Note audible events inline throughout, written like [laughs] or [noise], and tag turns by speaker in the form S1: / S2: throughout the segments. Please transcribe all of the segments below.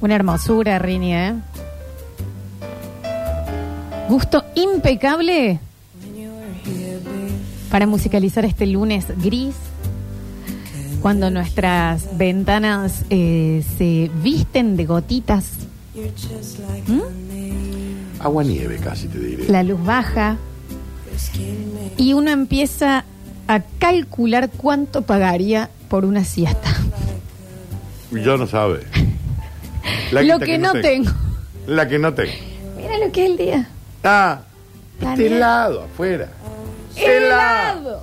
S1: Una hermosura, Rini, ¿eh? Gusto impecable para musicalizar este lunes gris, cuando nuestras ventanas eh, se visten de gotitas,
S2: Agua nieve casi te diré.
S1: la luz baja, y uno empieza a calcular cuánto pagaría por una siesta.
S2: Yo no sabe.
S1: Lo
S2: quita
S1: que no tengo.
S2: La que no tengo.
S1: Mira lo que es el día.
S2: Ah, este
S1: Daniel.
S2: helado afuera.
S1: ¡Helado!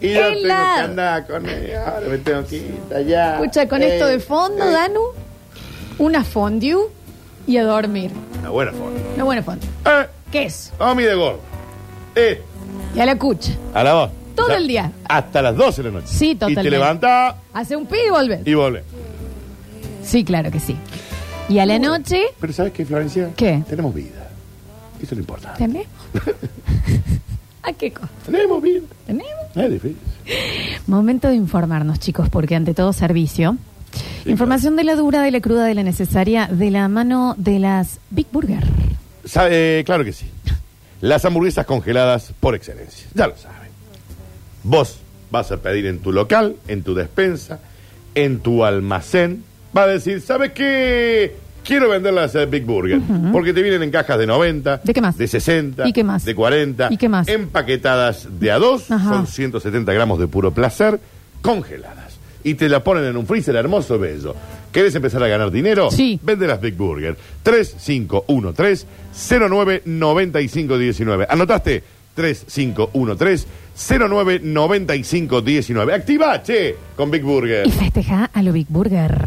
S2: Y yo tengo que
S1: helado.
S2: andar con él. Ahora me tengo que ir allá.
S1: Escucha, con
S2: Eh,
S1: esto de fondo,
S2: eh.
S1: Danu, una fondue y a dormir.
S2: Una buena forma.
S1: Una buena fondue.
S2: Eh,
S1: Queso.
S2: Omi de gordo. Eh,
S1: Y a la cucha.
S2: a la voz.
S1: Todo el día.
S2: Hasta las 12 de la noche.
S1: Sí, totalmente.
S2: Y te levanta
S1: Hace un pi y volvés.
S2: y volvés.
S1: Sí, claro que sí. Y a la noche,
S2: Pero ¿sabes qué, Florencia?
S1: ¿Qué?
S2: Tenemos vida. Eso es lo importante. [laughs]
S1: ¿tenemos? ¿A qué costo?
S2: Tenemos vida.
S1: ¿Tenemos?
S2: No es difícil.
S1: Momento de informarnos, chicos, porque ante todo servicio.
S2: Sí,
S1: Información de la dura, de la cruda, de la necesaria, de la mano de las Big Burger.
S2: Sa- eh, claro que sí. Las hamburguesas congeladas por excelencia. Ya lo saben. Vos vas a pedir en tu local, en tu despensa, en tu almacén. Va a decir, ¿sabes qué? Quiero venderlas a Big Burger. Porque te vienen en cajas de 90.
S1: ¿De qué más?
S2: De 60.
S1: ¿Y qué más?
S2: De 40.
S1: ¿Y qué más?
S2: Empaquetadas de a dos.
S1: Ajá.
S2: Son 170 gramos de puro placer. Congeladas. Y te la ponen en un freezer hermoso, bello. ¿Querés empezar a ganar dinero?
S1: Sí.
S2: Vende las Big Burger. 3513-099519. ¿Anotaste? 3513-099519. Activa, che, con Big Burger.
S1: Y festeja a lo Big Burger.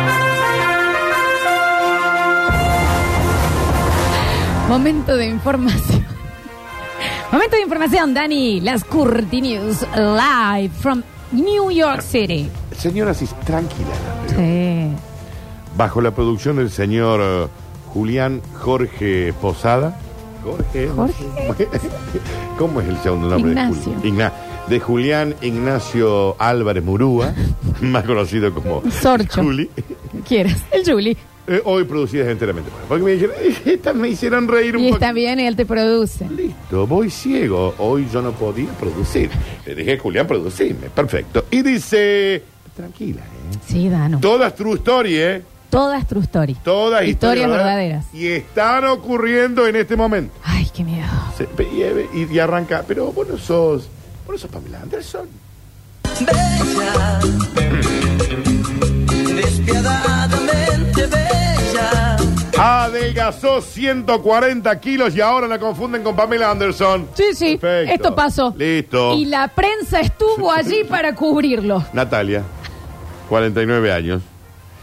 S1: Momento de información. [laughs] Momento de información, Dani. Las Curti News live from New York City.
S2: Señora, sí, tranquila. la veo.
S1: Sí.
S2: Bajo la producción del señor eh, Julián Jorge Posada. Jorge.
S1: Jorge.
S2: [laughs] ¿Cómo es el segundo nombre
S1: Ignacio.
S2: de Juli- Igna- De Julián Ignacio Álvarez Murúa, [laughs] más conocido como
S1: Sorcho.
S2: Juli.
S1: Quieras. El Juli.
S2: Eh, hoy producidas enteramente por él. Porque me dijeron, "Eh, estas me hicieron reír un
S1: Y está
S2: poquito.
S1: bien, él te produce.
S2: Listo, voy ciego. Hoy yo no podía producir. Le dije, Julián, producime. Perfecto. Y dice, tranquila, ¿eh?
S1: Sí, Danu.
S2: Todas true story, ¿eh?
S1: Todas true story.
S2: Todas
S1: historias verdaderas.
S2: Y están ocurriendo en este momento.
S1: Ay, qué miedo.
S2: Se- y- eh, y, y arranca, pero vos no sos, vos no sos Pamela Anderson.
S3: bella, despiadadamente bella.
S2: Adelgazó 140 kilos y ahora la confunden con Pamela Anderson.
S1: Sí, sí.
S2: Perfecto.
S1: Esto pasó.
S2: Listo.
S1: Y la prensa estuvo
S2: [laughs]
S1: allí para cubrirlo.
S2: Natalia, 49 años.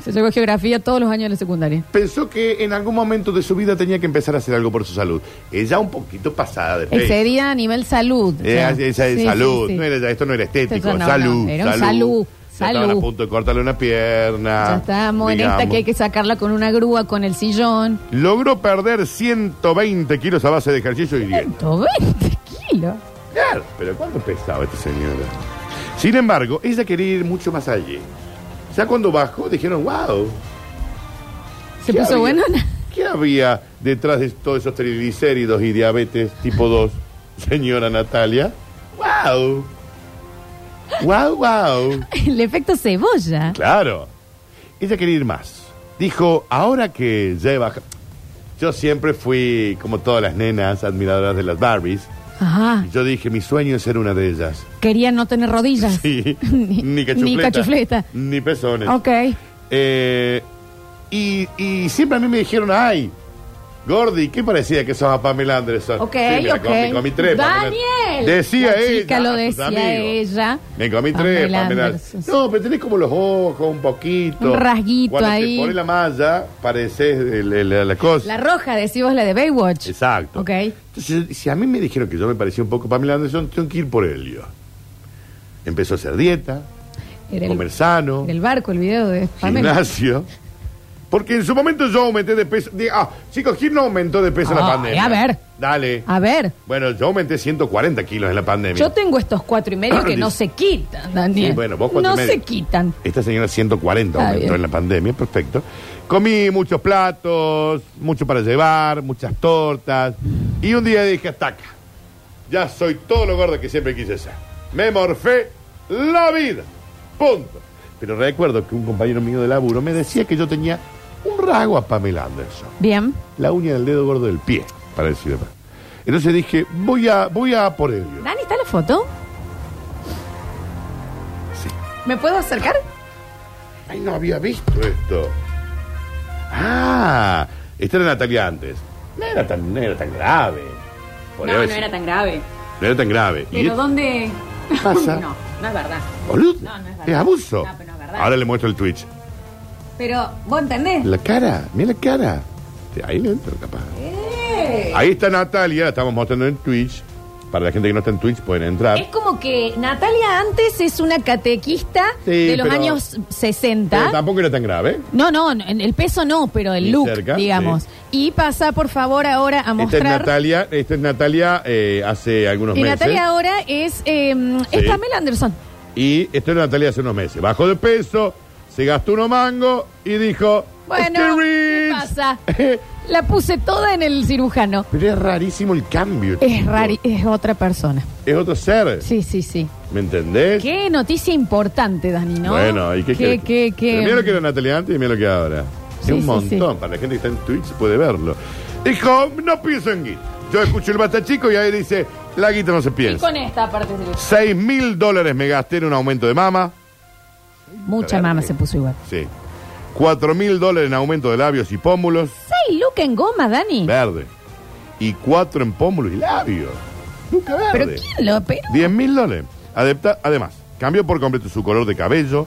S1: Se llegó geografía todos los años de la secundaria.
S2: Pensó que en algún momento de su vida tenía que empezar a hacer algo por su salud. Ella un poquito pasada de peso.
S1: Ese día a nivel salud. o
S2: Era-
S1: sea.
S2: esa es
S1: Sí,
S2: Eh, salud.
S1: sí, sí.
S2: No era, ya- esto no era estético.
S1: Esto no,
S2: salud,
S1: no, era un
S2: salud.
S1: salud,
S2: Ya Estaban
S1: salud.
S2: a punto de cortarle una pierna.
S1: Ya estamos en esta
S2: ah, digamos.
S1: que hay que sacarla con una grúa, con el sillón.
S2: Logró perder 120 kilos a base de ejercicio y dieta.
S1: 120 kilos.
S2: Claro, pero ¿cuánto pesaba esta señora? Sin embargo, ella quería ir mucho más allí. Ya cuando bajó, dijeron, wow.
S1: ¿Se
S2: ¿qué
S1: puso
S2: había-
S1: bueno? [laughs]
S2: ¿Qué había detrás de todos esos triglicéridos y diabetes tipo 2, señora Natalia? ¡Wow! ¡Wow, wow!
S1: El efecto cebolla.
S2: Claro. Ella quería ir más. Dijo, ahora que ya he bajado... Yo siempre fui, como todas las nenas, admiradoras de las Barbies.
S1: Ajá.
S2: Y Yo dije, mi sueño es ser una de ellas. [laughs]
S1: Quería no tener rodillas.
S2: Sí. ni
S1: [laughs]
S2: cachufleta.
S1: Ni cachufleta.
S2: Ni pezones.
S1: Ok.
S2: Eh, y, y siempre a mí me dijeron, ay, Gordi, ¿qué parecía que sos a Pamela Anderson?
S1: Ok,
S2: Sí, me la
S1: ok.
S2: comí, comí tres. Pamela.
S1: Daniel.
S2: Decía
S1: La
S2: ella.
S1: chica lo
S2: a sus
S1: decía
S2: amigos.
S1: ella.
S2: Me comí
S1: Pamela
S2: tres, Pamela.
S1: Anderson, sí.
S2: No, pero tenés como los ojos un poquito.
S1: Un rasguito
S2: Cuando
S1: ahí.
S2: te pones la malla, pareces el- el- la, la cosa.
S1: La roja, decís vos la de Baywatch.
S2: Exacto.
S1: Ok.
S2: Entonces, si a mí me dijeron que yo me parecía un poco a Pamela Anderson, tengo que ir por Helio. Empezó a hacer dieta,
S1: Era el,
S2: comer sano,
S1: del barco, el video de Pamela.
S2: gimnasio. Porque en su momento yo aumenté de peso. Di- Ah, chicos, ¿quién no aumentó de peso en la
S1: Ay,
S2: pandemia?
S1: Ah, a ver.
S2: Dale.
S1: A ver,
S2: Bueno, yo aumenté 140 kilos en la pandemia.
S1: yo tengo estos cuatro y medio que no se quitan, Daniel.
S2: Ah, Sí, bueno, vos cuatro y
S1: no
S2: medio.
S1: se quitan.
S2: Esta señora 140
S1: Está
S2: aumentó
S1: bien.
S2: en la pandemia, perfecto. Comí muchos platos, mucho para llevar, muchas tortas. Y un día dije, hasta acá. Ya soy todo lo gordo que siempre quise ser. Me morfé la vida. Punto. Pero recuerdo que un compañero mío de laburo me decía que yo tenía un rasgo a Pamela Anderson.
S1: Bien.
S2: La uña del dedo gordo del pie, para decir más. Entonces dije, voy a, voy a por ello.
S1: Dani, ¿está la foto?
S2: Sí.
S1: ¿Me puedo acercar?
S2: Ay, no había visto esto. Ah, esta era Natalia antes. No era tan, no era tan grave. Podría haber sido-
S1: tan grave.
S2: no era tan grave. Y
S1: Pero
S2: esto-
S1: ¿dónde?
S2: pasa?
S1: [laughs] no, no es verdad.
S2: Boludo,
S1: No, no es
S2: es
S1: verdad.
S2: abuso.
S1: No, pero no es verdad.
S2: Ahora le muestro el Twitch.
S1: Pero, ¿vos entendés?
S2: La cara, mira la cara. Ahí le entro, capaz.
S1: Eh.
S2: Ahí está Natalia, la estamos mostrando en Twitch. Para la gente que no está en Twitch pueden entrar.
S1: Es como que Natalia antes es una catequista
S2: Sí,
S1: de los
S2: pero-
S1: años
S2: Pero
S1: 60.
S2: tampoco era tan grave.
S1: No, no, no, en el peso no, pero el
S2: Ni
S1: look,
S2: cerca,
S1: digamos.
S2: sí.
S1: Y pasa, por favor, ahora a
S2: Esta es
S1: mostrar.
S2: Natalia, esta es Natalia eh, hace algunos
S1: y
S2: meses.
S1: Natalia ahora es, eh, es
S2: Sí.
S1: Pamela Anderson.
S2: Y esto era Natalia hace unos meses. Bajó de peso, se gastó unos mangos y dijo.
S1: Bueno,
S2: "Estoy
S1: ¿qué
S2: rich".
S1: pasa? La puse toda en el cirujano.
S2: [laughs] Pero es rarísimo el cambio.
S1: Es
S2: chico.
S1: rari, es otra persona.
S2: Es otro ser.
S1: Sí, sí, sí.
S2: ¿Me entendés?
S1: Qué noticia importante, Dani, ¿no?
S2: Bueno, ¿y qué
S1: qué, qué,
S2: querés? Pero Mira lo que era Natalia antes y mira lo que ahora.
S1: Sí,
S2: es un
S1: sí,
S2: montón. Para la gente que está en Twitch puede verlo. Dijo, no pienso en guita. Yo escucho el basta chico y ahí dice, la guita no se
S1: Y
S2: piensa.
S1: con esta parte del-
S2: 6 mil dólares me gasté en un aumento de mama.
S1: Mucha mama se puso igual.
S2: Sí. 4 mil dólares en aumento de labios y pómulos.
S1: Seis look en goma, Dani.
S2: Verde. Y cuatro en pómulos y labios. Nunca
S1: Pero
S2: verde.
S1: ¿quién lo operó?
S2: 10 mil dólares. Adepta- además, cambió por completo su color de cabello,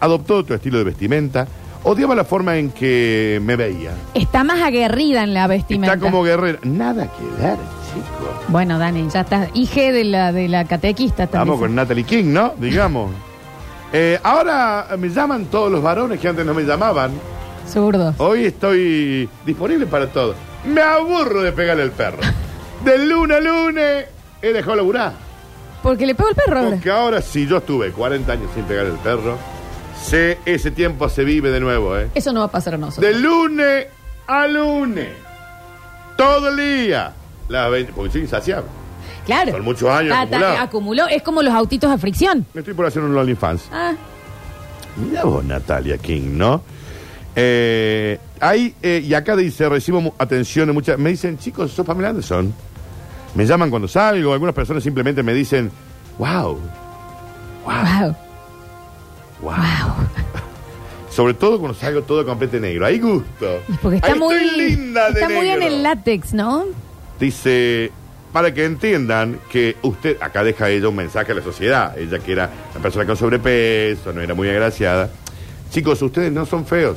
S2: adoptó otro estilo de vestimenta, odiaba la forma en que me veía.
S1: Está más aguerrida en la vestimenta.
S2: Está como guerrera. Nada que ver, chicos.
S1: Bueno, Dani, ya está. IG de la, de la catequista también.
S2: Vamos con Natalie King, ¿no? Digamos. Eh, ahora me llaman todos los varones que antes no me llamaban.
S1: Zurdo.
S2: Hoy estoy disponible para todo. Me aburro de pegarle al perro. De luna a lunes he dejado laburar.
S1: Porque le pegó el perro ahora.
S2: Porque ahora si yo estuve 40 años sin pegar el perro, sé ese tiempo se vive de nuevo, ¿eh?
S1: Eso no va a pasar a nosotros.
S2: De lunes a lunes. Todo el día. Las 20, porque soy insaciable.
S1: Claro.
S2: Son muchos años
S1: Ta- ta-
S2: acumulados.
S1: acumuló. Es como los autitos a fricción.
S2: Me estoy por hacer un OnlyFans.
S1: Ah,
S2: Mira vos, Natalia King, ¿no? Eh, ahí, eh, y acá dice, recibo mu- atenciones muchas. Me dicen, chicos, sos Pamela Anderson. Me llaman cuando salgo, algunas personas simplemente me dicen, wow, Ah.
S1: wow.
S2: wow. [laughs] Sobre todo cuando salgo todo completo negro. Ahí gusto.
S1: Y Porque está
S2: Ahí
S1: muy.
S2: estoy linda de
S1: está muy en
S2: negro.
S1: el látex, ¿no?
S2: Dice, para que entiendan que usted, acá deja ella un mensaje a la sociedad, ella que era una persona con sobrepeso, no era muy agraciada. Chicos, ustedes no son feos,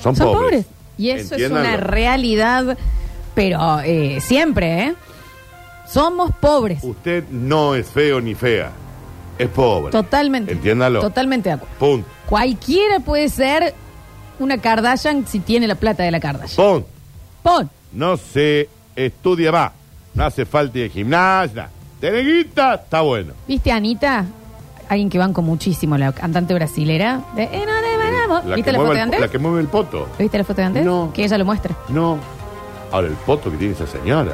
S2: son,
S1: Son pobres. Y eso es una
S2: Entiéndanlo.
S1: realidad, pero eh, siempre, ¿eh? Somos pobres.
S2: Usted no es feo ni fea, es pobre.
S1: Totalmente.
S2: Entiéndalo.
S1: Totalmente de acuerdo.
S2: Punto.
S1: Cualquiera puede ser una Kardashian si tiene la plata de la Kardashian.
S2: Punto.
S1: Pon.
S2: No se estudia más. No hace falta ir al gimnasio. nada. Tenés guita, está bueno.
S1: ¿Viste a Anita? Alguien que banco muchísimo, la cantante brasilera. De, "Eh, no te paramos".
S2: La
S1: ¿Viste
S2: que
S1: la
S2: mueve
S1: foto de
S2: el po-
S1: antes?
S2: La que mueve el poto.
S1: ¿Viste la foto de antes?
S2: No.
S1: Que ella lo muestra.
S2: No. Ahora, el poto que tiene esa señora.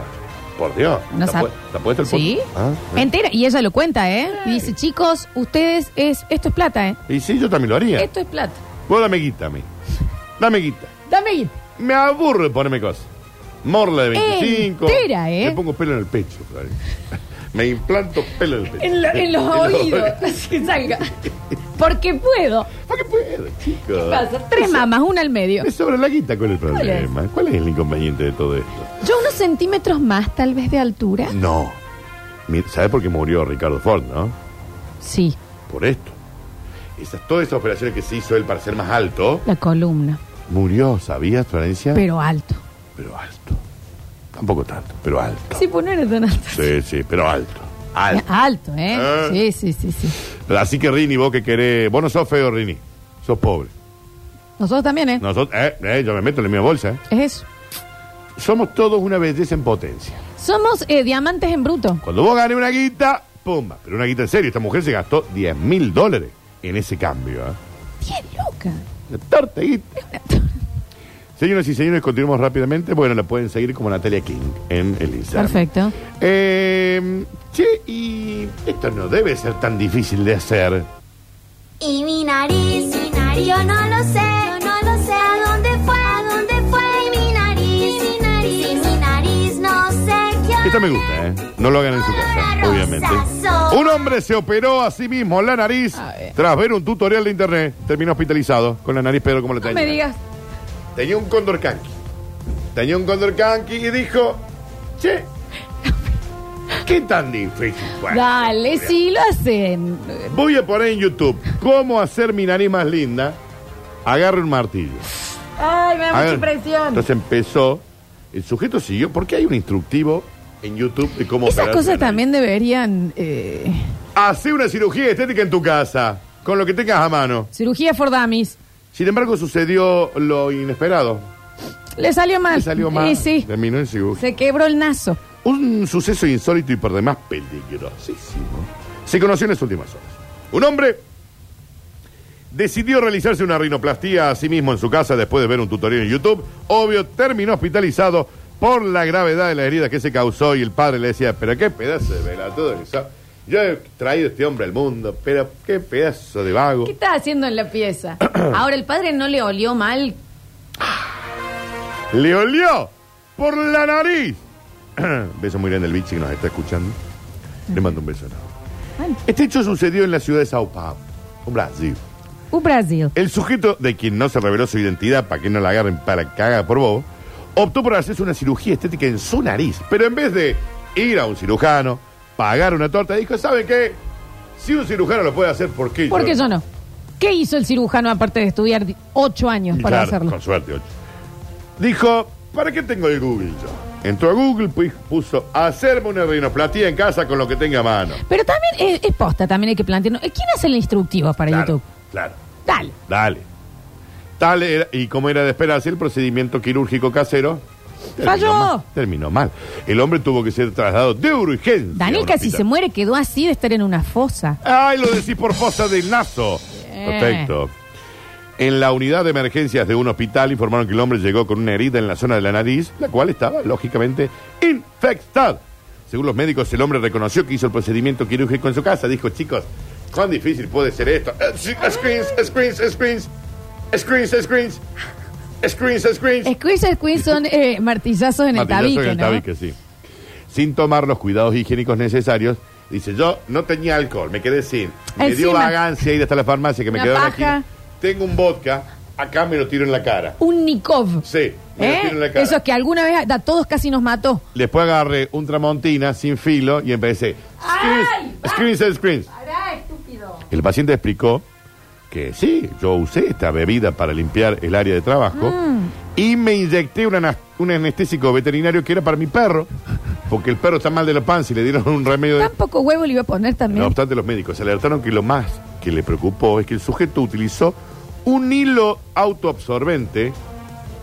S2: Por Dios.
S1: No
S2: ¿Está
S1: sabe.
S2: pu- ¿Está puesto el poto?
S1: Sí.
S2: Ah, eh.
S1: Entera. Y ella lo cuenta, ¿eh? Y dice, chicos, ustedes es. Esto es plata, ¿eh?
S2: Y sí, yo también lo haría.
S1: Esto es plata.
S2: Vos dame guita a mí. Dame guita.
S1: Dame guita.
S2: Me aburre ponerme cosas. Morla de 25.
S1: Entera, ¿eh?
S2: Me pongo pelo en el pecho, [laughs] Florencia. Me implanto pelo [laughs] en el
S1: [laughs]
S2: pecho.
S1: En, lo- en los oídos. Así que salga. Porque puedo.
S2: ¿Por qué puedo, chicos?
S1: ¿Qué pasa? Tres mamas, una al
S2: [laughs]
S1: medio.
S2: Me sobra la guita con el
S1: ¿Cuál es?
S2: problema. ¿Cuál es el inconveniente de todo esto?
S1: Yo unos centímetros más, tal vez, de altura.
S2: No. Mi- ¿Sabe por qué murió Ricardo Ford, no?
S1: Sí,
S2: Por esto. Esas, todas esas operaciones que se hizo él para ser más alto,
S1: la columna,
S2: murió, ¿sabías, Florencia?
S1: pero alto.
S2: Pero alto. Tampoco tanto, pero alto.
S1: Sí, pues no era tan alto.
S2: Sí, sí, pero alto. Alto.
S1: Alto, ¿eh?
S2: Ah.
S1: Sí, sí, sí, sí.
S2: Así que Rini, vos que querés. Vos no sos feo, Rini. Sos pobre.
S1: Nosotros también, ¿eh?
S2: Nosotros, eh, eh, yo me meto en la misma bolsa. eh.
S1: Es eso.
S2: Somos todos una belleza en potencia.
S1: Somos eh, diamantes en bruto.
S2: Cuando vos ganes una guita, pumba. Pero una guita en serio. Esta mujer se gastó 10 mil dólares en ese cambio. ¿eh?
S1: 10 lucas.
S2: Una torta de guita. [laughs] Señoras y señores, continuamos rápidamente. Bueno, la pueden seguir como Natalia King en el Instagram.
S1: Perfecto.
S2: Eh, che, y esto no debe ser tan difícil de hacer.
S4: Y mi nariz, mi nariz, yo no lo sé, yo no lo sé. ¿A dónde fue? ¿A dónde fue? Y mi nariz, mi nariz, y mi nariz, no sé qué.
S2: Esta me gusta, ¿eh? No lo hagan en su casa, obviamente. Un hombre se operó a sí mismo la nariz
S1: A ver.
S2: tras ver un tutorial de internet. Terminó hospitalizado con la nariz, Pedro, como la
S1: No
S2: tenía.
S1: me digas.
S2: Tenía un cóndor canqui. Tenía un cóndor canqui y dijo,
S1: [laughs]
S2: che, ¿qué tan difícil fue?
S1: Dale, sí lo hacen.
S2: Voy a poner en YouTube cómo hacer mi nariz más linda. Agarro un martillo.
S1: eh, Ay, me da
S2: A
S1: mucha
S2: ver.
S1: impresión.
S2: Entonces empezó, el sujeto siguió, porque hay un instructivo en YouTube de cómo
S1: Esas
S2: operarse
S1: cosas
S2: la nariz.
S1: también deberían. eh,
S2: Hacé una cirugía estética en tu casa, con lo que tengas a mano.
S1: cirugía for dummies.
S2: Sin embargo, sucedió lo inesperado.
S1: Le salió mal.
S2: Le salió mal.
S1: Sí, Ah, sí.
S2: Terminó en cirugía.
S1: Se quebró el nazo.
S2: Un suceso insólito y por demás peligrosísimo. Se conoció en las últimas horas. Un hombre decidió realizarse una rinoplastía a sí mismo en su casa después de ver un tutorial en YouTube. Obvio, terminó hospitalizado por la gravedad de la herida que se causó y el padre le decía, pero qué pedazo de velatudo que sos. Yo he traído a este hombre al mundo, pero qué pedazo de vago.
S1: ¿Qué estás haciendo en la
S2: [clears throat]
S1: pieza? Ahora, el padre no le olió mal.
S2: Le olió por la nariz. [clears throat] beso muy grande al bichi que nos está escuchando. Le mando un beso enorme.
S1: Ay.
S2: Este hecho sucedió en la ciudad de Sao Paulo, Brasil.
S1: Un Brasil.
S2: El sujeto, de quien no se reveló su identidad para que no la agarren para que haga por vos, optó por hacerse una cirugía estética en su nariz. Pero en vez de ir a un cirujano, pagar una torta, dijo, ¿saben qué? Si un cirujano lo puede hacer, ¿por qué
S1: ¿Por qué yo no? ¿Qué hizo el cirujano aparte de estudiar di- ocho años
S2: Y
S1: para
S2: claro,
S1: hacerlo?
S2: Con suerte, ocho. Dijo, ¿para qué tengo el Google yo? Entró a Google, pues, puso, hacerme una rinoplatía en casa con lo que tenga a mano.
S1: Pero también es, es posta, también hay que plantearnos. ¿eh? ¿Quién hace el instructivo para
S2: Claro,
S1: YouTube?
S2: Claro,
S1: Dale.
S2: dale. Tal era, y como era de esperarse, el procedimiento quirúrgico casero
S1: Falló.
S2: mal, terminó mal. El hombre tuvo que ser trasladado de urgencia.
S1: Daniel casi se muere, quedó así de estar en una fosa.
S2: ¡Ay, lo decís por fosa del nazo!
S1: Bien.
S2: Perfecto. En la unidad de emergencias de un hospital informaron que el hombre llegó con una herida en la zona de la nariz, la cual estaba, lógicamente, infectada. Según los médicos, el hombre reconoció que hizo el procedimiento quirúrgico en su casa. Dijo, chicos, ¿cuán difícil puede ser esto? Eh, sí, Screens, screens, screens, screens, screens, screens, screens.
S1: Squeeze, squeeze
S2: [laughs]
S1: son eh, martillazos en
S2: Martillazo
S1: el tabique,
S2: en el
S1: ¿no?
S2: tabique, sí. Sin tomar los cuidados higiénicos necesarios. Dice, yo no tenía alcohol, me quedé sin. Me dio
S1: Encima.
S2: vagancia ir hasta la farmacia que me
S1: Una
S2: quedó en la
S1: paja.
S2: esquina. Tengo un vodka, acá me lo tiro en la cara.
S1: Un Nikov.
S2: Sí, me lo
S1: ¿Eh?
S2: tiro en la cara.
S1: Eso es que alguna vez a todos casi nos mató.
S2: Después agarré un tramontina sin filo y empecé. Screens, screens, and screens. El paciente explicó que sí, yo usé esta bebida para limpiar el área de trabajo y me inyecté un ana- un anestésico veterinario que era para mi perro, porque el perro está mal de la panza y le dieron un remedio de...
S1: Tampoco huevo le iba a poner también.
S2: No obstante, los médicos alertaron que lo más que le preocupó es que el sujeto utilizó un hilo autoabsorbente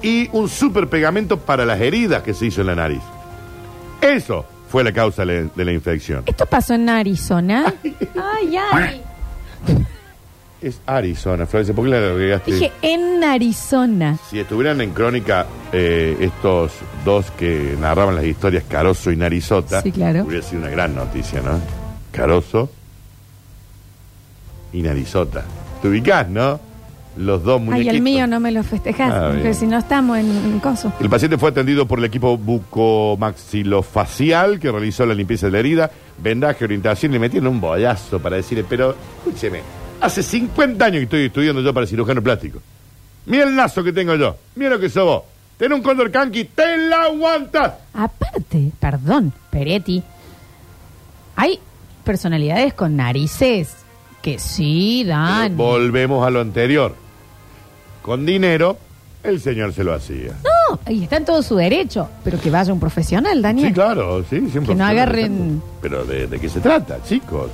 S2: y un superpegamento para las heridas que se hizo en la nariz. Eso fue la causa le- de la infección.
S1: Esto pasó en
S2: [laughs]
S1: Arizona. ay, ay.
S2: Es Arizona, Florencia, ¿por qué le agregaste?
S1: Dije, en Arizona.
S2: Si estuvieran en crónica eh, estos dos que narraban las historias, Caroso y Narizota,
S1: Sí, claro.
S2: hubiera sido una gran noticia, ¿no? Caroso y Narizota. Te ubicás, ¿no? Los dos
S1: Ay,
S2: muñequitos.
S1: el mío no me lo festejas,
S2: Ah, bien.
S1: porque si no estamos en, en coso.
S2: El paciente fue atendido por el equipo bucomaxilofacial que realizó la limpieza de la herida, vendaje, orientación, y le metieron un bollazo para decirle, pero escúcheme, Hace 50 años que estoy estudiando yo para cirujano plástico. Mira el lazo que tengo yo. Mira lo que sos vos. Tenés un cóndor canqui, te la aguantas.
S1: Aparte, perdón, Peretti, hay personalidades con narices que sí dan.
S2: Volvemos a lo anterior. Con dinero, el señor se lo hacía.
S1: No, y está en todo su derecho, pero que vaya un profesional, Daniel.
S2: Sí, claro, sí,
S1: Que
S2: siempre.
S1: no agarren-
S2: Pero de, de qué se trata, chicos?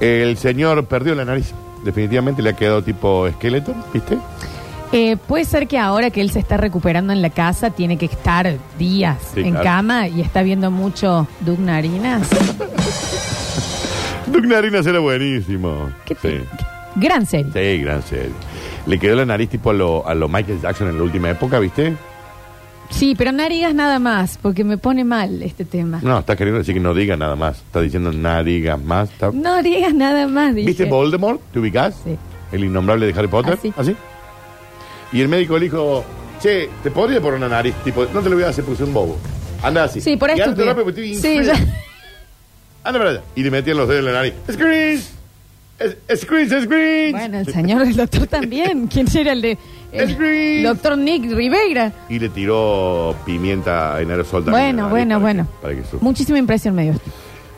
S2: El señor perdió la nariz. Definitivamente le ha quedado tipo esqueleto, ¿viste?
S1: Eh, puede ser que ahora que él se está recuperando en la casa, tiene que estar días
S2: Sí,
S1: en
S2: claro.
S1: cama y está viendo mucho Doug Narinas.
S2: Duc Narinas era buenísimo.
S1: ¿Qué te-
S2: sí.
S1: qué- gran serie.
S2: sí, gran serie. Le quedó la nariz tipo a lo, a lo Michael Jackson en la última época, ¿viste?
S1: Sí, pero no digas nada más, porque me pone mal este tema.
S2: No, está queriendo decir que no diga nada más. Está diciendo nada digas más. Está-
S1: No digas nada más, dije.
S2: ¿Viste Voldemort? ¿Te ubicás?
S1: eh. Sí. Ah,
S2: El innombrable de Harry Potter.
S1: Así.
S2: Así. Y el médico le dijo, che, ¿te podría poner una nariz? Tipo, no te lo voy a hacer porque soy un bobo. Anda así.
S1: Sí, por
S2: Y
S1: esto.
S2: anda rápido porque estoy
S1: Sí,
S2: influido.
S1: ya-
S2: Anda para allá. Y le metían los dedos en la nariz. ¡Screens! Es- ¡Screens! ¡Screens!
S1: Bueno, el señor del doctor también. ¿Quién era el de.
S2: Es
S1: El
S2: Green.
S1: doctor Nick Rivera.
S2: Y le tiró pimienta en aerosol también en la
S1: Bueno, bueno,
S2: nariz para
S1: bueno.
S2: que- para que sufra.
S1: Muchísima impresión me dio.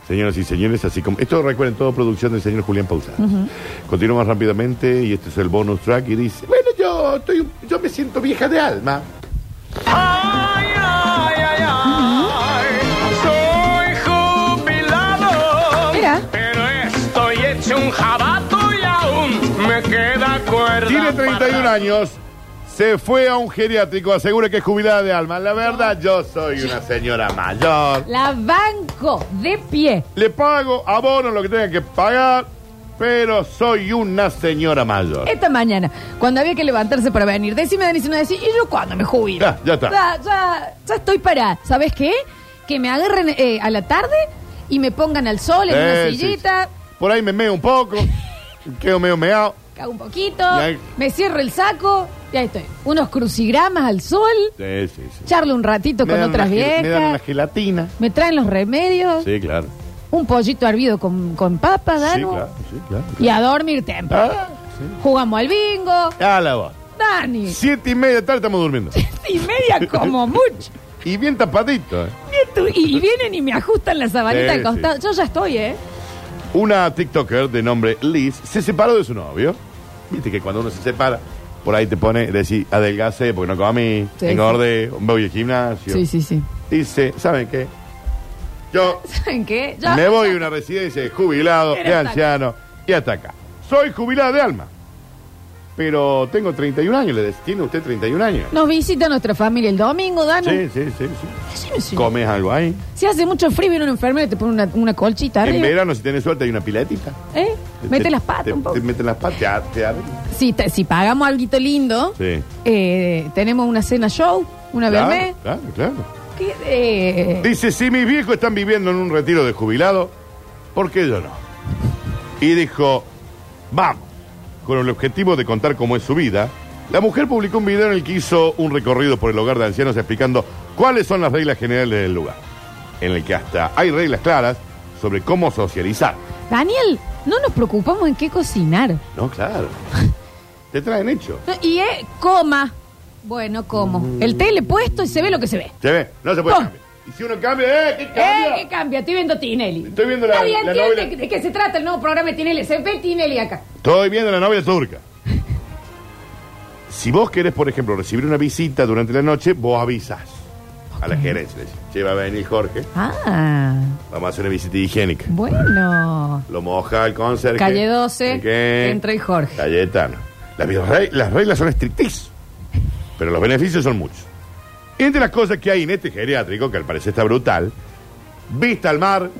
S2: Señoras y señores, así como. Esto recuerden, todo producción del señor Julián Pausada. Continuamos rápidamente y este es el bonus track y dice: Bueno, yo, estoy, un- yo me siento vieja de alma.
S5: Ay, ay, ay, ay, soy jubilado.
S1: Mira.
S5: Pero estoy hecho un jabato y aún me queda cuerda.
S2: Tiene 31
S5: para-
S2: años, se fue a un geriátrico, asegura que es jubilada de alma. La verdad, yo soy una señora mayor.
S1: La banco de pie.
S2: Le pago abono lo que tenga que pagar, pero soy una señora mayor.
S1: Esta mañana, cuando había que levantarse para venir, decime, Dani, si no decís, ¿y yo cuándo me jubilo?
S2: Ya, ya está.
S1: Ya, ya, ya estoy parada. ¿Sabes qué? Que me agarren eh, a la tarde y me pongan al sol en
S2: Eh,
S1: una
S2: sí,
S1: sillita,
S2: sí. Por ahí me meo un poco, [laughs] quedo medio meado.
S1: cago un poquito,
S2: Ya.
S1: me cierro el saco y ahí estoy. Unos crucigramas al sol,
S2: Sí, sí, sí.
S1: charlo un ratito
S2: Me
S1: con
S2: dan
S1: otras
S2: una gel-
S1: viejas,
S2: Me dan una gelatina.
S1: me traen los remedios,
S2: Sí, claro.
S1: un pollito hervido con, con papa,
S2: Sí,
S1: Danu,
S2: claro, sí, claro.
S1: y a dormir temprano.
S2: Ah,
S1: Jugamos al bingo,
S2: sí. A la voz.
S1: Dani,
S2: Siete y media de la tarde estamos durmiendo.
S1: y media
S2: [laughs]
S1: como mucho.
S2: Y bien tapadito. ¿eh?
S1: Bien tú- Y, y vienen y me ajustan la sabanita
S2: Sí,
S1: al costado. Yo ya estoy, ¿eh?
S2: Una TikToker de nombre Liz se separó de su novio. Viste que cuando uno se separa, por ahí te pone, decís, adelgacé porque no comí,
S1: Sí,
S2: engorde, voy al gimnasio.
S1: Sí, sí, sí.
S2: Dice, ¿saben qué? Yo
S1: ¿Saben qué? Ya-
S2: me voy a una residencia de jubilado,
S1: Pero
S2: de
S1: hasta acá.
S2: anciano, y hasta acá. Soy jubilada de alma. Pero tengo 31 años, le decís, ¿tiene usted 31 años?
S1: Nos visita nuestra familia el domingo, Danu.
S2: Sí, sí, sí, sí.
S1: Eso no es-
S2: ¿Comes algo ahí?
S1: Si hace mucho frío, viene una enfermera y te pone una, una colchita
S2: En
S1: arriba.
S2: verano, si tenés suerte, hay una piletita.
S1: ¿Eh? Mete
S2: Te-
S1: las patas
S2: te-
S1: un poco.
S2: Te meten las patas, te ar- te ar-
S1: Si, te- si pagamos algo lindo,
S2: Sí.
S1: eh, tenemos una cena show, una
S2: Claro,
S1: vermé.
S2: claro, claro.
S1: ¿Qué, eh,
S2: Dice, si mis viejos están viviendo en un retiro de jubilado, ¿por qué yo no? Y dijo, vamos, con el objetivo de contar cómo es su vida, la mujer publicó un video en el que hizo un recorrido por el hogar de ancianos explicando cuáles son las reglas generales del lugar, en el que hasta hay reglas claras sobre cómo socializar.
S1: Daniel, no nos preocupamos en qué cocinar.
S2: No,
S1: [laughs]
S2: claro. Te traen hecho.
S1: No, Y es coma. Bueno, como.
S2: Mm.
S1: El tele puesto y se ve lo que se ve.
S2: ¿Se ve? No se puede
S1: Oh.
S2: cambiar. Y si uno cambia, ¡eh! ¿Qué
S1: ¡Eh,
S2: cambia?
S1: qué cambia! Estoy viendo Tinelli.
S2: Estoy viendo la-
S1: Nadie
S2: la
S1: entiende
S2: novela.
S1: de qué se trata el nuevo programa de Tinelli. Se ve Tinelli acá.
S2: Estoy viendo la novela turca. Si vos querés, por ejemplo, recibir una visita durante la noche, vos avisás a la gerencia. le decís, Che, va a venir Jorge,
S1: Ah,
S2: vamos a hacer una visita higiénica.
S1: bueno.
S2: Lo moja el conserje.
S1: Calle 12,
S2: ¿Qué?
S1: entra y Jorge.
S2: Cayetano. Las, virrey- las reglas son estrictísimas, pero los beneficios son muchos. Entre las cosas que hay en este geriátrico, que al parecer está brutal, vista al mar,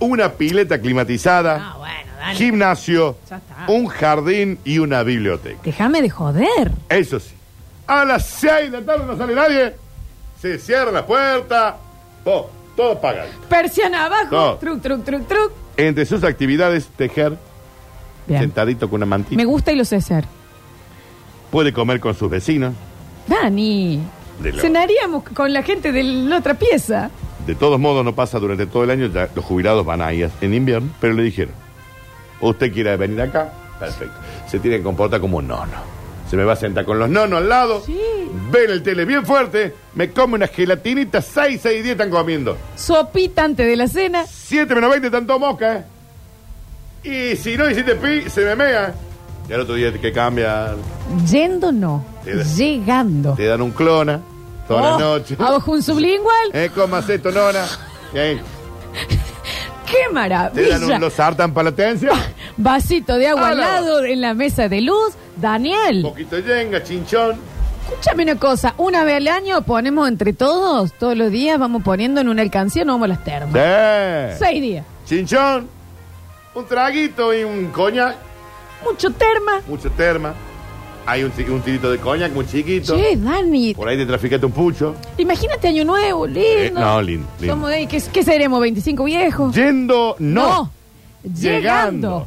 S2: una pileta climatizada,
S1: Ah, bueno, dale.
S2: gimnasio,
S1: Ya está.
S2: un jardín y una biblioteca.
S1: Déjame de joder.
S2: Eso sí, a las 6 de la tarde no sale nadie, se cierra la puerta, vos, todo pagan.
S1: Persiana abajo.
S2: No.
S1: Truc, truc, truc, truc.
S2: Entre sus actividades, tejer,
S1: Bien.
S2: sentadito con una mantita,
S1: Me gusta y lo sé hacer.
S2: puede comer con sus vecinos.
S1: Dani.
S2: De lo-
S1: Cenaríamos con la gente de la otra pieza.
S2: De todos modos, no pasa durante todo el año, ya los jubilados van ahí en invierno, pero le dijeron, usted quiere venir acá, Perfecto. Se tiene que comportar como un nono. Se me va a sentar con los nonos al lado.
S1: Sí.
S2: Ven el tele bien fuerte. Me come unas gelatinitas. 6, 6 y 10 están comiendo.
S1: Sopita antes de la cena.
S2: 7 menos 20 están todos mosca. ¿eh? Y si no hiciste pi, se me mea. Y al otro día que cambia,
S1: Yendo no.
S2: Te da-
S1: Llegando.
S2: te dan un clona. Toda la
S1: Oh,
S2: noche.
S1: a ojo un sublingual.
S2: Eh, comas esto, nona. Y ahí
S1: ¡Qué
S2: te dan
S1: maravilla!
S2: un, los hartan para la atención.
S1: Vasito de agua al
S2: Hola.
S1: lado en la mesa de luz.
S2: Un
S1: Daniel,
S2: poquito de yenga, chinchón.
S1: escúchame una cosa. Una vez al año ponemos entre todos, todos los días vamos poniendo en una alcancía, no vamos a las termas.
S2: Sí.
S1: Seis días.
S2: Chinchón. Un traguito y un coñac.
S1: Mucho terma.
S2: Mucho terma. Hay un, chi- un tirito de coñac muy chiquito.
S1: Che, Dani,
S2: Por ahí te traficaste un pucho.
S1: imagínate Año Nuevo, lindo.
S2: Eh, no, lindo, lindo.
S1: Somos de- ¿qué, qué seremos? ¿25 viejos?
S2: Yendo, no.
S1: Llegando.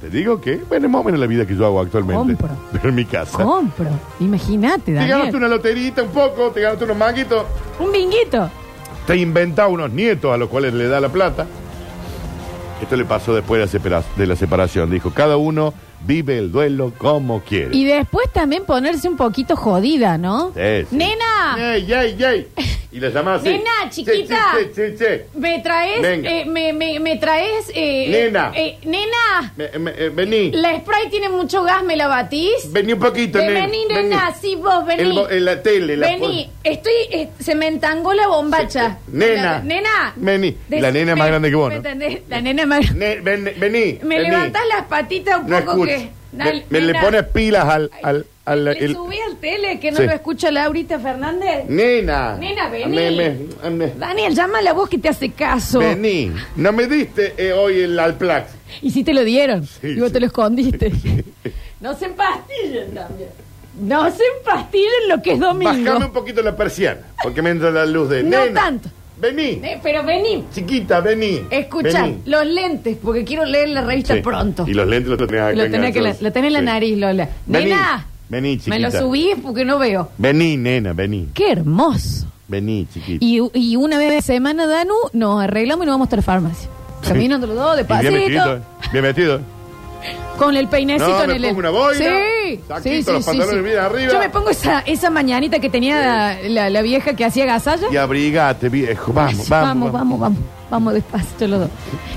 S2: Te digo que, bueno, más o menos la vida que yo hago actualmente.
S1: Compro.
S2: Pero [laughs] en mi casa.
S1: Compro. Imagínate,
S2: Te ganaste
S1: Daniel.
S2: una loterita un poco, te ganaste unos manguitos,
S1: Un binguito.
S2: te inventás unos nietos a los cuales le da la plata. Esto le pasó después de la, separa- de la separación. Dijo, cada uno vive el duelo como quiere.
S1: Y después también ponerse un poquito jodida, ¿no?
S2: Sí, sí.
S1: Nena,
S2: ¡Ey, ey, ey! Y la llamás así.
S1: Ah. Nena, chiquita.
S2: Che, che, che, che.
S1: me traes,
S2: Venga.
S1: eh, me, me, me traes, eh,
S2: Nena.
S1: eh, eh, nena,
S2: Me- me- eh, vení.
S1: la spray tiene mucho gas, ¿me la batís?
S2: Vení un poquito,
S1: Ve-
S2: nena.
S1: vení, nena, sí, vos, vení.
S2: El bo- en la tele. La
S1: Vení, estoy, eh, se me entangó la bombacha.
S2: Se- eh, nena.
S1: La- nena.
S2: Vení.
S1: Des-
S2: La nena es más
S1: me-
S2: grande que vos,
S1: ¿me
S2: ¿no?
S1: entendés? La nena es más grande.
S2: Ne- ven- vení.
S1: Me
S2: vení.
S1: levantás las patitas un
S2: No
S1: poco
S2: escucho.
S1: que...
S2: Me,
S1: Dale,
S2: me le
S1: nena.
S2: pones pilas al... al, al
S1: Le
S2: el-
S1: subí al tele que no
S2: Sí.
S1: lo escucha Laurita Fernández.
S2: Nena.
S1: Nena, vení.
S2: Me- me- me-
S1: Daniel, llama a la voz que te hace caso.
S2: vení. No me diste eh, hoy el alplax.
S1: Y si te lo dieron. y vos
S2: sí.
S1: te lo escondiste.
S2: [laughs]
S1: No se empastillen también. No se empastillen lo que es domingo.
S2: Bajame un poquito la persiana, porque me entra la luz de...
S1: No
S2: nena,
S1: tanto.
S2: Vení.
S1: Eh, pero vení,
S2: Chiquita, vení.
S1: escucha
S2: Vení.
S1: los lentes, porque quiero leer la revista
S2: Sí.
S1: pronto.
S2: Y los lentes los tenés acá
S1: Lo tenés, que la,
S2: enganchados.
S1: lo tenés en la
S2: Sí.
S1: nariz, Lola.
S2: Vení,
S1: Nena,
S2: vení, chiquita.
S1: me lo subí porque no veo.
S2: Vení, nena, vení.
S1: Qué hermoso.
S2: Vení, chiquita.
S1: Y, y una vez a la semana, Danu, nos arreglamos y nos vamos a la farmacia. Caminando los dos, de
S2: Y bien metido,
S1: pasito,
S2: eh. bien metido.
S1: con el peinecito
S2: No,
S1: en
S2: me
S1: el...
S2: pongo una boina,
S1: sí,
S2: saquito,
S1: sí, sí,
S2: los
S1: sí,
S2: pantalones
S1: sí.
S2: bien arriba.
S1: Yo me pongo esa, esa mañanita que tenía la, la vieja que hacía gasalla.
S2: Y abrigate, viejo. Vamos,
S1: Sí,
S2: vamos,
S1: vamos, vamos, vamos, vamos despacito los dos.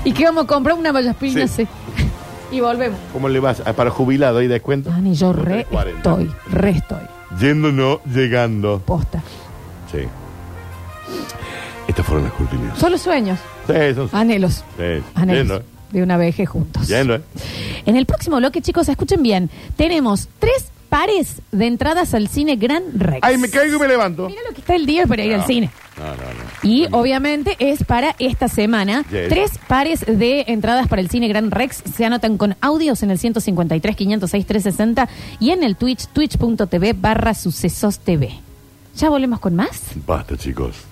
S1: ¿Y qué vamos a comprar? Una vallaspina,
S2: Sí.
S1: sí. [laughs] y volvemos.
S2: ¿Cómo le vas? Ah, Para jubilado, ¿hay descuento?
S1: Dani, yo re
S2: 40.
S1: estoy, re estoy,
S2: Yendo no, llegando.
S1: posta.
S2: Sí. Estas fueron las cortinas.
S1: Solo sueños,
S2: Sí, son...
S1: anhelos,
S2: Sí,
S1: anhelos
S2: yendo.
S1: de una vejez juntos.
S2: Yendo, ¿eh?
S1: En el próximo bloque, chicos, escuchen bien, tenemos tres pares de entradas al cine Gran Rex.
S2: Ay, me caigo y me levanto.
S1: Mira lo que está el día para ir al cine.
S2: No, no, no.
S1: Y obviamente es para esta semana.
S2: Yes.
S1: Tres pares de entradas para el cine Gran Rex se anotan con audios en el 153, 506, 360 y en el Twitch, twitch.tv barra sucesos TV. Ya volvemos con más.
S2: Basta, chicos.